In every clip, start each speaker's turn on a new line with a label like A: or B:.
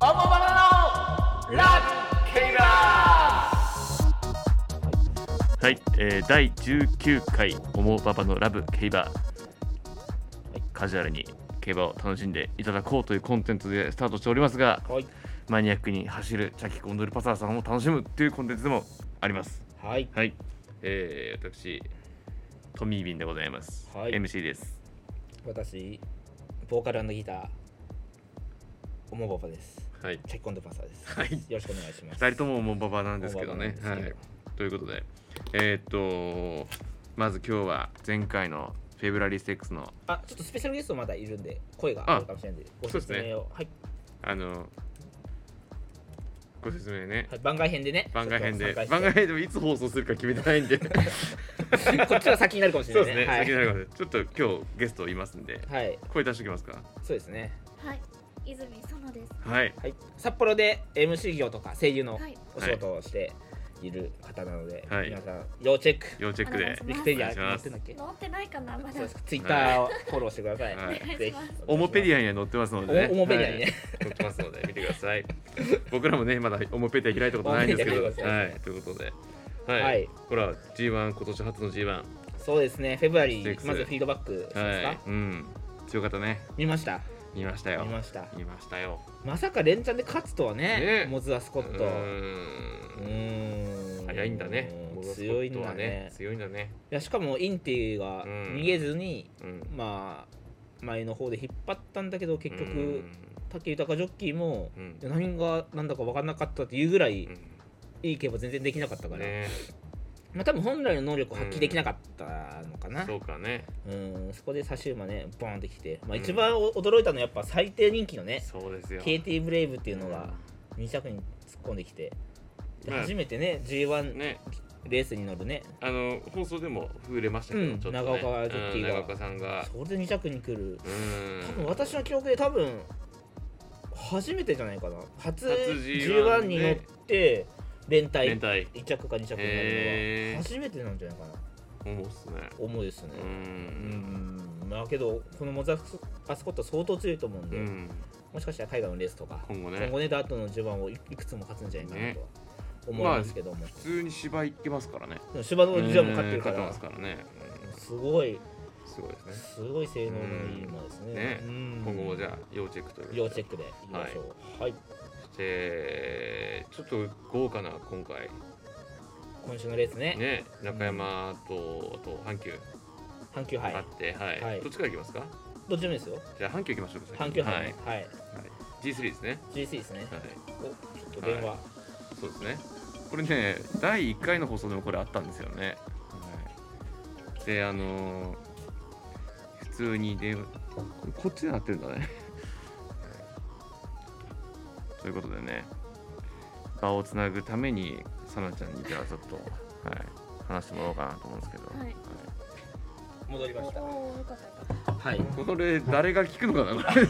A: オモバナのラッキーラー
B: はい、えー第19回「おもパパのラブ競馬」カジュアルに競馬を楽しんでいただこうというコンテンツでスタートしておりますが、
A: はい
B: マニアックに走るチャキコンドルパサーさんを楽しむっていうコンテンツでもあります
A: はい
B: はい、えー、私トミービンでございます、
A: はい
B: MC です
A: 私ボーカルギターオモババです
B: はい
A: チェックコンドパサーです、
B: はい
A: よろしくお願いします
B: 2人とももうババなんですけどね。
A: もうバ
B: は
A: バなんで
B: い
A: す、
B: ということで、えーっと、まず今日は前回のフェブラリーステックスの
A: あちょっとスペシャルゲストまだいるんで声があるかもしれないんでご説明を、はい、
B: あの、ご説明ね
A: は、い、番外編でね
B: 番外編で、
A: ちょっと参
B: 番
A: 加し
B: 外
A: て
B: 編でもいつ放送するか決めてない んで、
A: こっちが先になるかもし
B: そ
A: れ
B: う
A: な
B: で
A: いね
B: すね、先に
A: は
B: なるかもしれないちょっと今日ゲストいますんで、
A: い、はい、
B: 声出しておきますか。
A: そうですね
C: はい、泉園です。
B: はい、
A: はい、札幌で MC 業とか声優の
C: はい
A: お仕事をしている方なので、
B: はい
A: 皆さん要チェック、
B: 要チェック
C: お願い
B: で
C: しま
A: ウィ
C: す
A: キペディ
B: お願い
A: ア
B: しま
A: 載っ
B: す
A: てんだっけ
C: 乗ってないかな、まだ。
A: そうです
C: は
A: かツイッターをフォローしてください、
B: はい
A: ぜひ
B: オモペデ
A: ア
B: ィアには載ってますので、ね、
A: おオモペディアにね
B: はい載ってますので見てください。 僕らもねまだオモペディア開いたことないんですけど、
A: オ
B: は
A: モ
B: い
A: ペディア開
B: ということで、はい、
A: はい
B: ほら G1 今年初の G1、
A: そうですねフェブラリ
B: セック
A: ー
B: ス
A: まずフィードバックですか、
B: はい、うん強かったね
A: 見ました
B: 見ましたよ
A: 見ました
B: 見ましたよ。
A: まさか連チャンで勝つとはね
B: ね
A: モズアスコ
B: う
A: ットう
B: ーん
A: ーん
B: 早いんだね。
A: 強いん
B: モロスコット
A: だ
B: は
A: ね
B: 強いんだね。
A: いやしかもインティが
B: うん
A: 逃げずに、
B: うん。
A: まあ前の方で引っ張ったんだけど結
B: う
A: 局
B: ん
A: 武豊ジョッキーも
B: うん
A: いや何が何だか分からなかったっていうぐらい、
B: うん
A: いい競馬全然できなかったから、
B: ね、
A: まあ多分本来の能力を発揮できなかったのかな、
B: そうかね。
A: うん、そこで差し馬ねボーンってきて、まあ、
B: うん
A: 一番驚いたのはやっぱ最低人気のね、
B: そうですよ。
A: KT ブレイブっていうのが2着に突っ込んできて、で
B: まあ
A: 初めてね G1
B: ね、
A: レースに乗るね
B: あの放送でも触れましたけど、
A: うん
B: ちょっとね
A: 長岡がジョッキーが
B: うん長岡さんが。
A: それで2着に来る
B: うーん
A: 多分私の記憶で多分初めてじゃないかな初
B: 初
A: G1
B: G1
A: に乗って連帯
B: 連帯
A: 1着か2着になる
B: へ
A: の
B: ー
A: は初めてなんじゃないかな
B: 思うっすね
A: 思うですね、
B: う
A: うんんまあけどこのモザスアスコットは相当強いと思うん
B: う
A: で、
B: ん
A: もしかしたら海外のレースとか
B: 今後ね
A: 今後ねダートの序盤をいいくつも勝つんじゃないかなとは思いますけども、
B: 普通に芝行ってますからね
A: でも芝のジャンも勝ってるか
B: うん
A: ら
B: 勝ってますからね
A: すごい
B: うんすごいですね
A: すごい性能のいい馬ですね,、
B: ね
A: うん
B: 今後もじゃあ要チェックということで
A: 要チェックでいきましょうはい、
B: そしてちょっと豪華な今回
A: 今週のレースね
B: ね中山とあと阪急
A: 阪急
B: あ
A: 杯
B: ってはい、
A: はい
B: どっちから行きますか
A: どっちでもいいですよ
B: じゃあ阪急行きましょうか
A: 阪急
B: は
A: 杯
B: い
A: ね、はい、
B: G3 ですね
A: GC ですね、
B: はい
A: おちょっと電話、
B: はそうですねこれね第1回の放送でもこれあったんですよねであのー普通に電話これこっちでなってるんだねということでね場をつなぐためにさなちゃんにじゃあちょっと、はい、話してもらおうかなと思うんですけど、
C: はい
A: 戻り
C: お
A: ました
C: おー、よかったよかった。
A: はい
B: これ誰が聞くのかな これ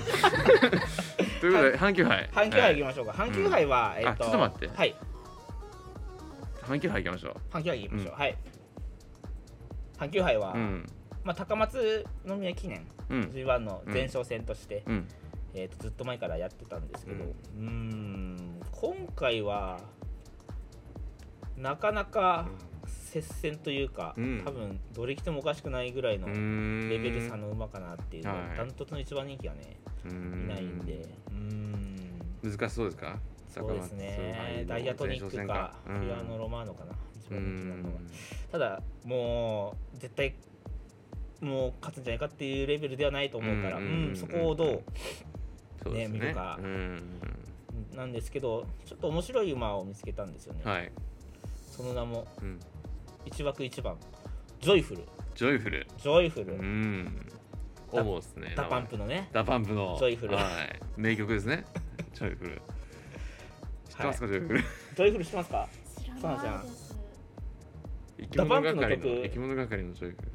B: ということで阪急杯
A: 阪急
B: は
A: 杯
B: い
A: 行きましょうか阪急杯は、えっ、と
B: あちょっと待って
A: はい
B: 阪急杯行きましょう
A: 阪急杯行きましょう、はい阪急杯は、
B: うん
A: まあ、高松宮記念
B: うん
A: G1 の前哨戦として、
B: うん
A: えー、とずっと前からやってたんですけど
B: うん
A: うーん今回はなかなか接戦というか、
B: うん
A: 多分どれ来てもおかしくないぐらいの
B: う
A: レ
B: ん
A: ベル差の馬かなっていうのは
B: はい
A: ダントツの一番人気がね
B: う
A: い
B: ん
A: ないんでうーん
B: 難しそうですか
A: そうですねダイヤトニックかフィアーノ・ロマーノかな一
B: う
A: 番人気なのは
B: ん
A: ただもう絶対もう勝つんじゃないかっていうレベルではないと思うから、
B: う
A: うんん
B: うんうんうん
A: そこをどう
B: そうです
A: ね見るか
B: うん
A: なんですけどちょっと面白い馬を見つけたんですよね、
B: はい、
A: その名も
B: うん、
A: 一枠一番ジョイフル
B: ジョイフル
A: ジョイフ
B: う
A: ル、
B: ん
A: ダ
B: 思うですね
A: ダパンプのね
B: 名前ダパンプの
A: ジョイフル
B: はい名曲ですねジョイフル知ってますか、ジョイフル
A: ジョイフル知ってますか
C: 知らないです。
B: 生き物
A: ダパ
B: 係
A: ンプの
B: の
A: 曲
B: 生き物係のジョイフル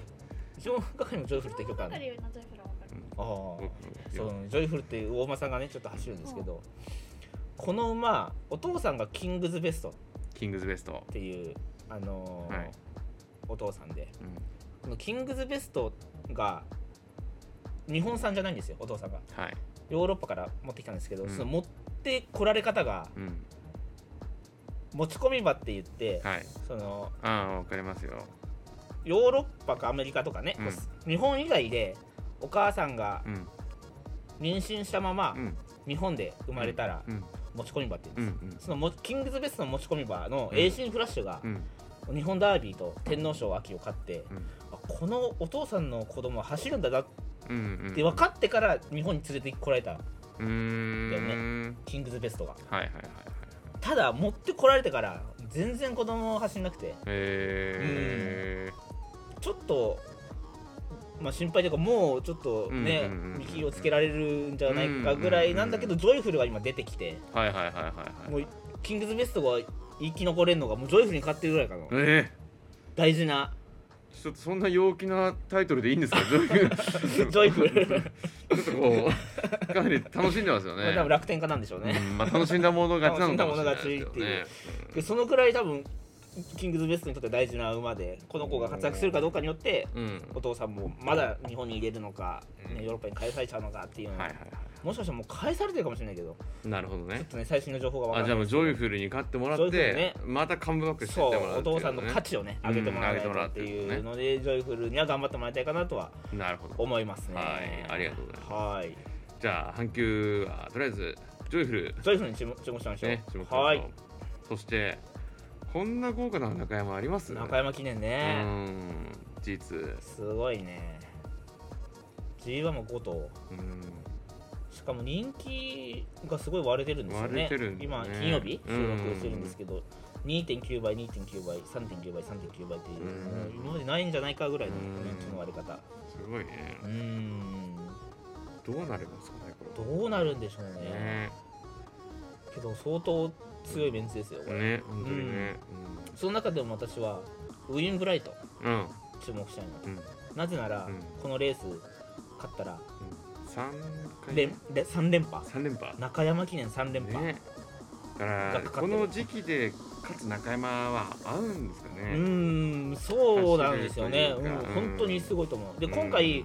A: 一番係のジョイフルって曲ある
C: わか
A: の
C: るようなジョイフルはわかる。
A: あーそ
B: 僕
A: うジョイフルっていう大馬さんがねちょっと走るんですけど、この馬お父さんがキングズベストっ
B: キングズベスト、
A: ていうあのー
B: はい
A: お父さんで
B: うん、
A: このキングズベストが日本産じゃないんですよお父さんが
B: はい
A: ヨーロッパから持ってきたんですけど、
B: うん
A: その持っってこられ方が
B: うん
A: 持ち込み場って言って、
B: はい
A: その
B: ああわかりますよ
A: ヨーロッパかアメリカとかね、
B: うん
A: こう日本以外でお母さんが
B: うん
A: 妊娠したまま
B: うん
A: 日本で生まれたら
B: うん
A: 持ち込み場って言
B: う
A: うん
B: ん
A: です、そのもキングズベストの持ち込み場のエイジンフラッシュが
B: うんうん
A: 日本ダービーと天皇賞秋を勝って、
B: うん
A: あこのお父さんの子供は走るんだなっ
B: うんうん
A: て分かってから日本に連れてこられた
B: うーん
A: キングズベストが
B: はいはいはいはい
A: ただ持ってこられてから全然子供を走んなくて
B: え
A: ちょっと、まあ、心配というかもうちょっとね
B: うんうんうんうん
A: 見切りをつけられるんじゃないかぐらいなんだけど、
B: うん
A: ジョイフルが今出てきて
B: ー、はいはいはいはい
A: もう
B: はい
A: キングズベストが生き残れるのがもうジョイフルに勝ってるぐらいかな
B: え
A: 大事な
B: ー、ちょっとそんな陽気なタイトルでいいん ですかジ
A: ジ
B: ョ
A: ョイフ ル、
B: イちょっとこうかなり楽しんでますよ
A: まあ
B: ね
A: 多分楽天家なんでしょうね、
B: うんまあ、楽しんだもの勝ちなのかもしれないですけどね
A: 楽でそのくらい多分キングズベストにとって大事な馬でこの子が活躍するかどうかによって
B: うん、
A: お父さんもまだ日本に入れるのか、ね
B: うん
A: ヨーロッパに返されちゃうのかっていうのは、
B: はいはいは
A: もしかしたらもう返されてるかもしれないけど
B: いなるほどね
A: ちょっとね最新の情報が分か
B: あ
A: ら
B: じ
A: な
B: ゃ
A: い
B: あもうジョイフルに勝ってもらって、
A: ジョイフルね
B: またカムバックしてって
A: そ
B: も
A: う
B: らう
A: お
B: ってい
A: 父さんの価値をね上げてもらえ
B: うん上げても
A: た
B: ら
A: ら
B: うっ
A: ってて
B: いう
A: い
B: ね
A: うので、ジョイフルには頑張ってもらいたいかなとは
B: なるほど
A: 思いますね
B: はいありがとうございます
A: はい
B: じゃあ阪急はとりあえずジョイフル
A: ジョイフルに注目注目しましょう、
B: ね注目しましょう
A: はい
B: そしてこんな豪華な中山あります
A: 中山記念
B: う
A: ね、
B: ーん事実う
A: すごいね G1 も5頭
B: ーん
A: しかも人気がすごい割れてるんですよ
B: 割れ
A: ね
B: てるんだね
A: 今金曜日収録してるんですけど2.9倍2.9倍3.9倍3.9倍っていう
B: うん
A: 今までないんじゃないかぐらいの
B: うん
A: 人気の割れ方
B: すごいね
A: うーん
B: どうなりますかねこれ
A: どうなるんでしょうね
B: ね
A: けど相当強いメンツですよこれ、
B: ね本当にね
A: その中でも私はウィンブライト
B: うん、うん
A: 注目したいなと
B: うん
A: なぜなら、
B: うん
A: このレース勝ったら
B: 三回
A: 連で3連覇
B: 三連覇
A: 中山記念3連覇、
B: ねだか
A: が
B: ら
A: かかっ
B: こ
A: てる
B: の時期で勝つ中山は合うんですか
A: う
B: ね、
A: ーんそうなんですよね、
B: 走
A: う
B: れ
A: ん
B: るというか、うん
A: 本当にすごいと思う。で、今回、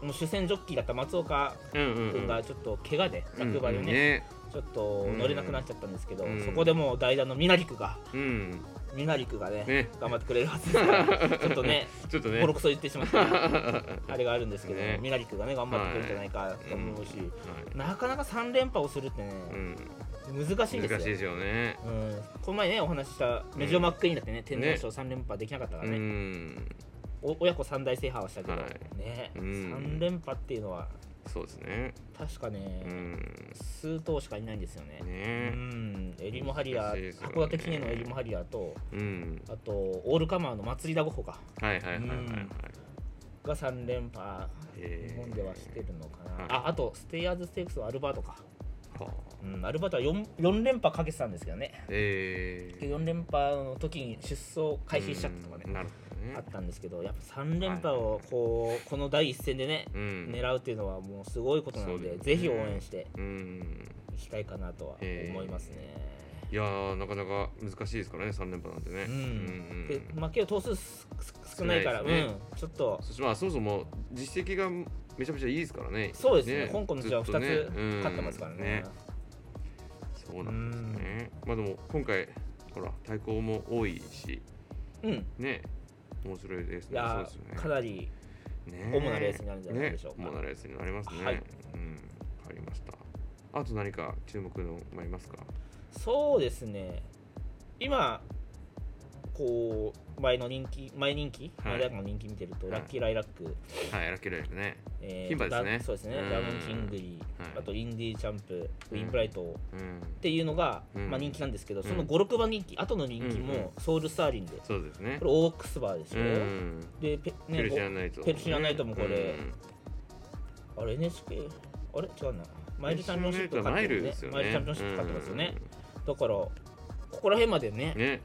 A: もう主戦ジョッキーだった松岡
B: うんうんうん
A: 君がちょっと怪我で、
B: うん
A: 落馬でね,、
B: ね
A: ちょっと乗れなくなっちゃったんですけど、
B: うん
A: そこでもう代打のミナリクが、
B: うん
A: ミナリクがね、
B: ね
A: 頑張ってくれるはずですから、ちょっとね、
B: ちょっとね
A: ボロクソ言ってしま ったあれがあるんですけど、
B: ね
A: ミナリクがね、頑張ってくれるんじゃないかと思うし、なかなか3連覇をするってね、
B: うん
A: 難しいんですよ。
B: 難しいですよね
A: うん、この前ねお話ししたメジオ・マック・イーンだってね、天皇賞3連覇できなかったから
B: う
A: ね、
B: ん
A: お親子三大制覇はしたけど、
B: は
A: ね、
B: うん
A: 3連覇っていうのは
B: そうですね
A: 確かね、
B: うん
A: 数頭しかいないんですよね。う
B: ね
A: ん、エリモハリア、
B: 難しいですよね
A: 函館記念のエリモハリアと、
B: うん
A: あとオールカマーの祭りだごほか
B: はいはいはいはいは
A: う
B: い
A: んが3連覇、
B: へ
A: 日
B: ー
A: 本ではしてるのかな、
B: はい
A: ああとステイアーズステークスのアルバートか、
B: はあ
A: うん、アルバートは 4, 四連覇かけてたんですけどね、
B: えー
A: 4連覇の時に出走回避しちゃったとか
B: う
A: ね、
B: んなるほどね
A: あったんですけど、やっぱ3連覇をこうこの第一戦でね、
B: うん
A: 狙うっていうのはもうすごいことなの
B: そうだ
A: で、
B: よね
A: ぜひ応援して
B: うん
A: いきたいかなとは思いますね。
B: いやーなかなか難しいですからね三連覇なんてね
A: うん
B: うんうん
A: で負ける頭数す少ないから、
B: 少ないです
A: うん、ちょっと
B: そしてまあそもそも実績がめちゃめちゃいいですからね。
A: そうですね香港の
B: ず
A: 試合は
B: っとね
A: 2つ勝ってますからね。
B: うんねそうなんですね。まあでも今回ほら対抗も多いし
A: うん、
B: ね面白いレース
A: い
B: になり
A: や
B: そう
A: ー、
B: です
A: か
B: よね。
A: なり
B: ね
A: 主なレースになるんじゃないでしょうか
B: ね、主なレースになりますね。
A: はい
B: うんわかりました。あと何か注目のもありますか。
A: そうですね。今こう前の人気前人気、
B: は
A: 前
B: い
A: 大学の人気見てると、
B: はい
A: ラッキーライラック、
B: はいラッキーライフね。
A: え
B: 牝馬ですね
A: ダそうですね。
B: うん
A: ダムキングリー、
B: はい
A: あとインディーチャンプ、ウィンブライト、
B: うん
A: っていうのが、
B: うん
A: まあ、人気なんですけど、
B: うん
A: その56番人気後の人気
B: うんうん
A: もソウルスターリンで、
B: そうですね
A: こ。れオークスバーでし
B: う
A: ょ、
B: ん。
A: でペ
B: ペルシア
A: ね
B: ンナイト。
A: ペルシアンナイトもこれ
B: うん
A: あれ NHK あれ違うなマイルチャンピオンシップ勝ってるねマイルチャンピオンシップ勝ってますよね、。だからここら辺までね
B: うんね、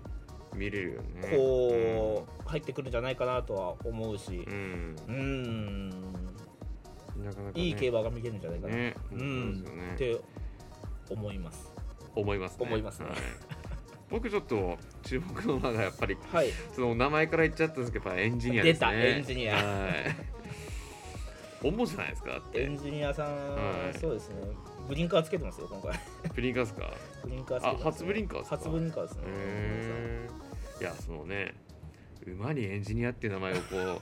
B: 見れるよね。
A: こう入ってくるんじゃないかなとは思うし
B: うん、
A: う
B: うん
A: ーん
B: なかなか、ね、
A: いい競馬が見れるんじゃないかな、
B: ね、
A: う
B: うん、
A: ん
B: ですよね
A: っ。て思います
B: 思いますね。
A: 思いますね
B: はい僕ちょっと注目の馬がやっぱり
A: はい
B: そのお名前から言っちゃったんですけどやっぱエンジニアですね
A: 出たエンジニア
B: はいおもじゃないですかだっ
A: エ
B: て
A: ンジニアさん、
B: はい
A: そうですねブリンカーつけてますよ今回
B: ブリンカーですか
A: ブリンカーつけてます、ね、
B: あ初ブリンカーですか
A: 初ブリンカーですね
B: へーいやそのね馬にエンジニアっていう名前をこう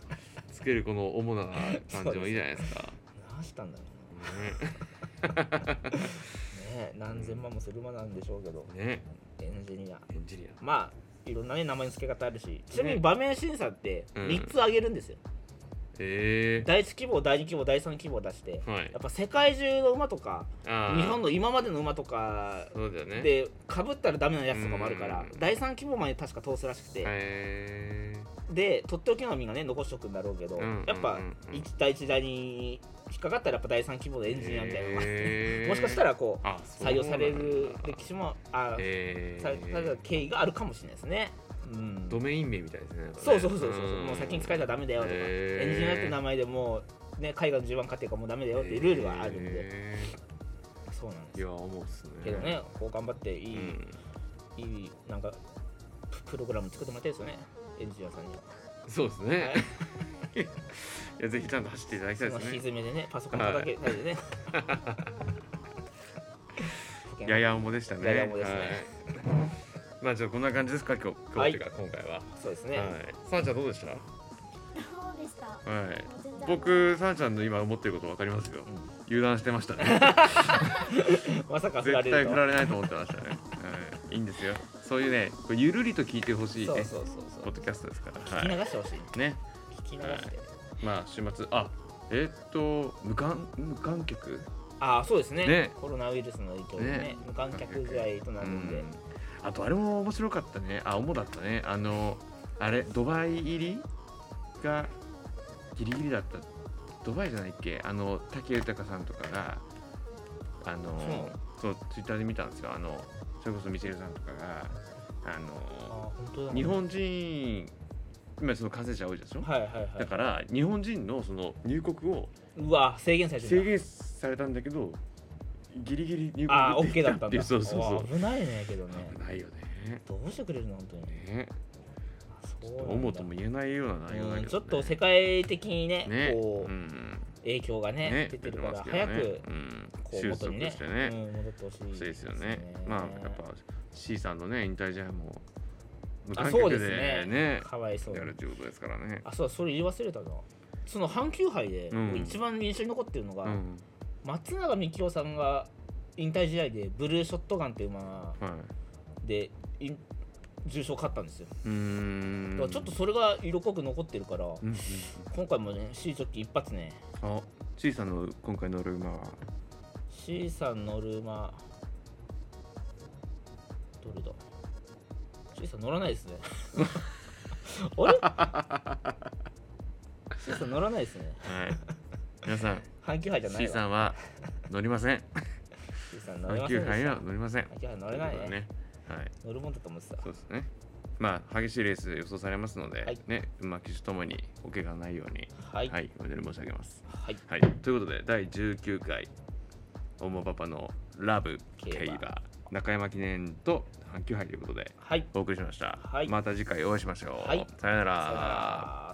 B: つけるこの主な感じもいいじゃないで すか。
A: 何したんだろ
B: ね
A: うねね何千万もする馬なんでしょうけど、
B: ね
A: エンジニア
B: エンジニ
A: まあいろんなね名前の付け方あるしちなみに
B: ね
A: 場面審査って
B: うん
A: 3つ挙げるんですよ、
B: ア。へえ
A: 第1希望第2希望第3希望出して
B: ー。はい
A: や。っぱ世界中の馬とか
B: あー
A: 日本の今までの馬とか
B: そうだよね。
A: でかぶったらダメなやつとかもあるから
B: うん
A: 第3希望まで確か通すらしくて、
B: へ
A: でとっておきのはみんなね残しておくんだろうけど、
B: うんうんうんうん
A: やっぱ1対1第2引っかかったらやっぱ第3希望のエ
B: え
A: ンジニアみたいなのが、
B: な
A: もしかしたらこう
B: あ
A: 採用される歴史もあ、
B: え
A: さされた経緯があるかもしれないですね。うん
B: ドメイン名みたいですね。なんかね
A: そうそうそうそうもう先に使えたらダメだよとか、
B: へー
A: エンジニアって名前でもう、ね、海外の10番勝ってるからもうダメだよっていうルールがあるんで、
B: へ
A: そうなんで
B: ー
A: す
B: いや
A: よ
B: 思うっすね。
A: けどねこう頑張っていい、
B: うん
A: いいなんかププログラム作ってもらいたいですよねエンジニアさん には。
B: そうですね
A: はい。
B: いやぜひちゃんと走っていただきた
A: そ
B: い
A: の
B: ですね。
A: 蹄でね、パソコン叩けないでね。
B: やや重でしたね。
A: やや重ですね
B: はい。まあじゃあこんな感じですか今日今
A: はい
B: 日っていうか今回は。
A: そうです
B: は
A: ね。
B: い。さあちゃんどうでした？は
C: そうでした。も
B: い。
C: う全然
B: 僕さあちゃんの今思ってることわかりますよ。油断してましたね。
A: ま さか振ら
B: 絶
A: れ
B: 対
A: ると
B: 振
A: は。
B: られないと思ってましたね。はい。いいんですよ。そういうねこうゆるりと聞いてほしい
A: そう
B: ね
A: そうそうそ
B: ポ
A: う
B: ッ。ドキャストですから。
A: 聞き
B: は
A: 流してほしい。
B: い。ね。
A: 聞き流して。
B: まあ週末あえーっと無観無観客
A: ああ、そうですね
B: ね。
A: コロナウイルスの影響でね
B: ね、
A: 無観客試合となるん
B: う
A: で
B: ん。あとあれも面白かったねあ主だったねあのあれドバイ入りがギリギリだったドバイじゃないっけあの武豊さんとかがあのそうツイッターで見たんですよあのそれこそミシェルさんとかがあ
A: ああ、
B: の
A: 本当だね。
B: 日本人今その感染者多いでしょ、
A: はいはいは
B: だ
A: い。
B: から日本人のその入国を
A: うわ、制限されて
B: 制
A: るんだ。
B: 限されたんだけどギリギリ入
A: ああ、オ
B: 国
A: ッケーだったん
B: ってい
A: だ。
B: うそうそうそう
A: うわ危ないね、けどね。
B: 危ないよね
A: どうしてくれるの、本当に。
B: ね
A: あそうなんだ
B: 思うとも言えないような内容だけど、
A: う
B: ね、
A: んちょっと世界的にね
B: ね、
A: こ
B: う、
A: うん影響がね、出てるから、
B: ますけど
A: 早く
B: うん、
A: こう
B: 収
A: 元
B: 束
A: にね
B: してね、
A: うん、戻ってほしい
B: 欲しいですよねまあやっぱ C さんのね引退試合も無
A: あ
B: 観
A: そう
B: 客
A: です
B: で
A: ね
B: ね
A: かわいそうに
B: やるっていうことですからね
A: あそうだそれ言い忘れたなその阪急杯で、
B: うん
A: 僕一番印象に残ってるのが、
B: うん
A: 松永幹夫さんが引退試合でブルーショットガンっていう馬
B: はい
A: でい重賞勝ったんですよ、
B: うーん
A: だからちょっとそれが色濃く残ってるから、
B: うんうん
A: 今回もね C ジョッキー一発ね
B: うん、あ C さんの今回乗る馬は
A: C さん乗る馬どれだ C さん乗らないです ねあれ ?C さん乗らないですね
B: はい 皆さん
A: 阪急杯じゃない
B: C
A: わ
B: さんは乗りません
A: C さん乗れ
B: 阪
A: ません
B: 急
A: でした
B: 杯は乗りません
A: 阪急杯乗れない
B: とうこ
A: ね
B: とではい
A: 乗るもんだと思ってた
B: そうですね。まあ激しいレース予想されますので、
A: はい
B: ね、馬騎手ともにお怪我ないように、
A: は
B: はい
A: はい、
B: お祈り申し上げます。はい、ということで第19回オモパパのラブ競
A: 競馬
B: 馬中山記念と阪急杯ということで
A: はい、
B: お送りしました。
A: はい
B: また次回お会いしましょう。
A: はい
B: さ
A: さよ
B: よな
A: な
B: ら。
A: ら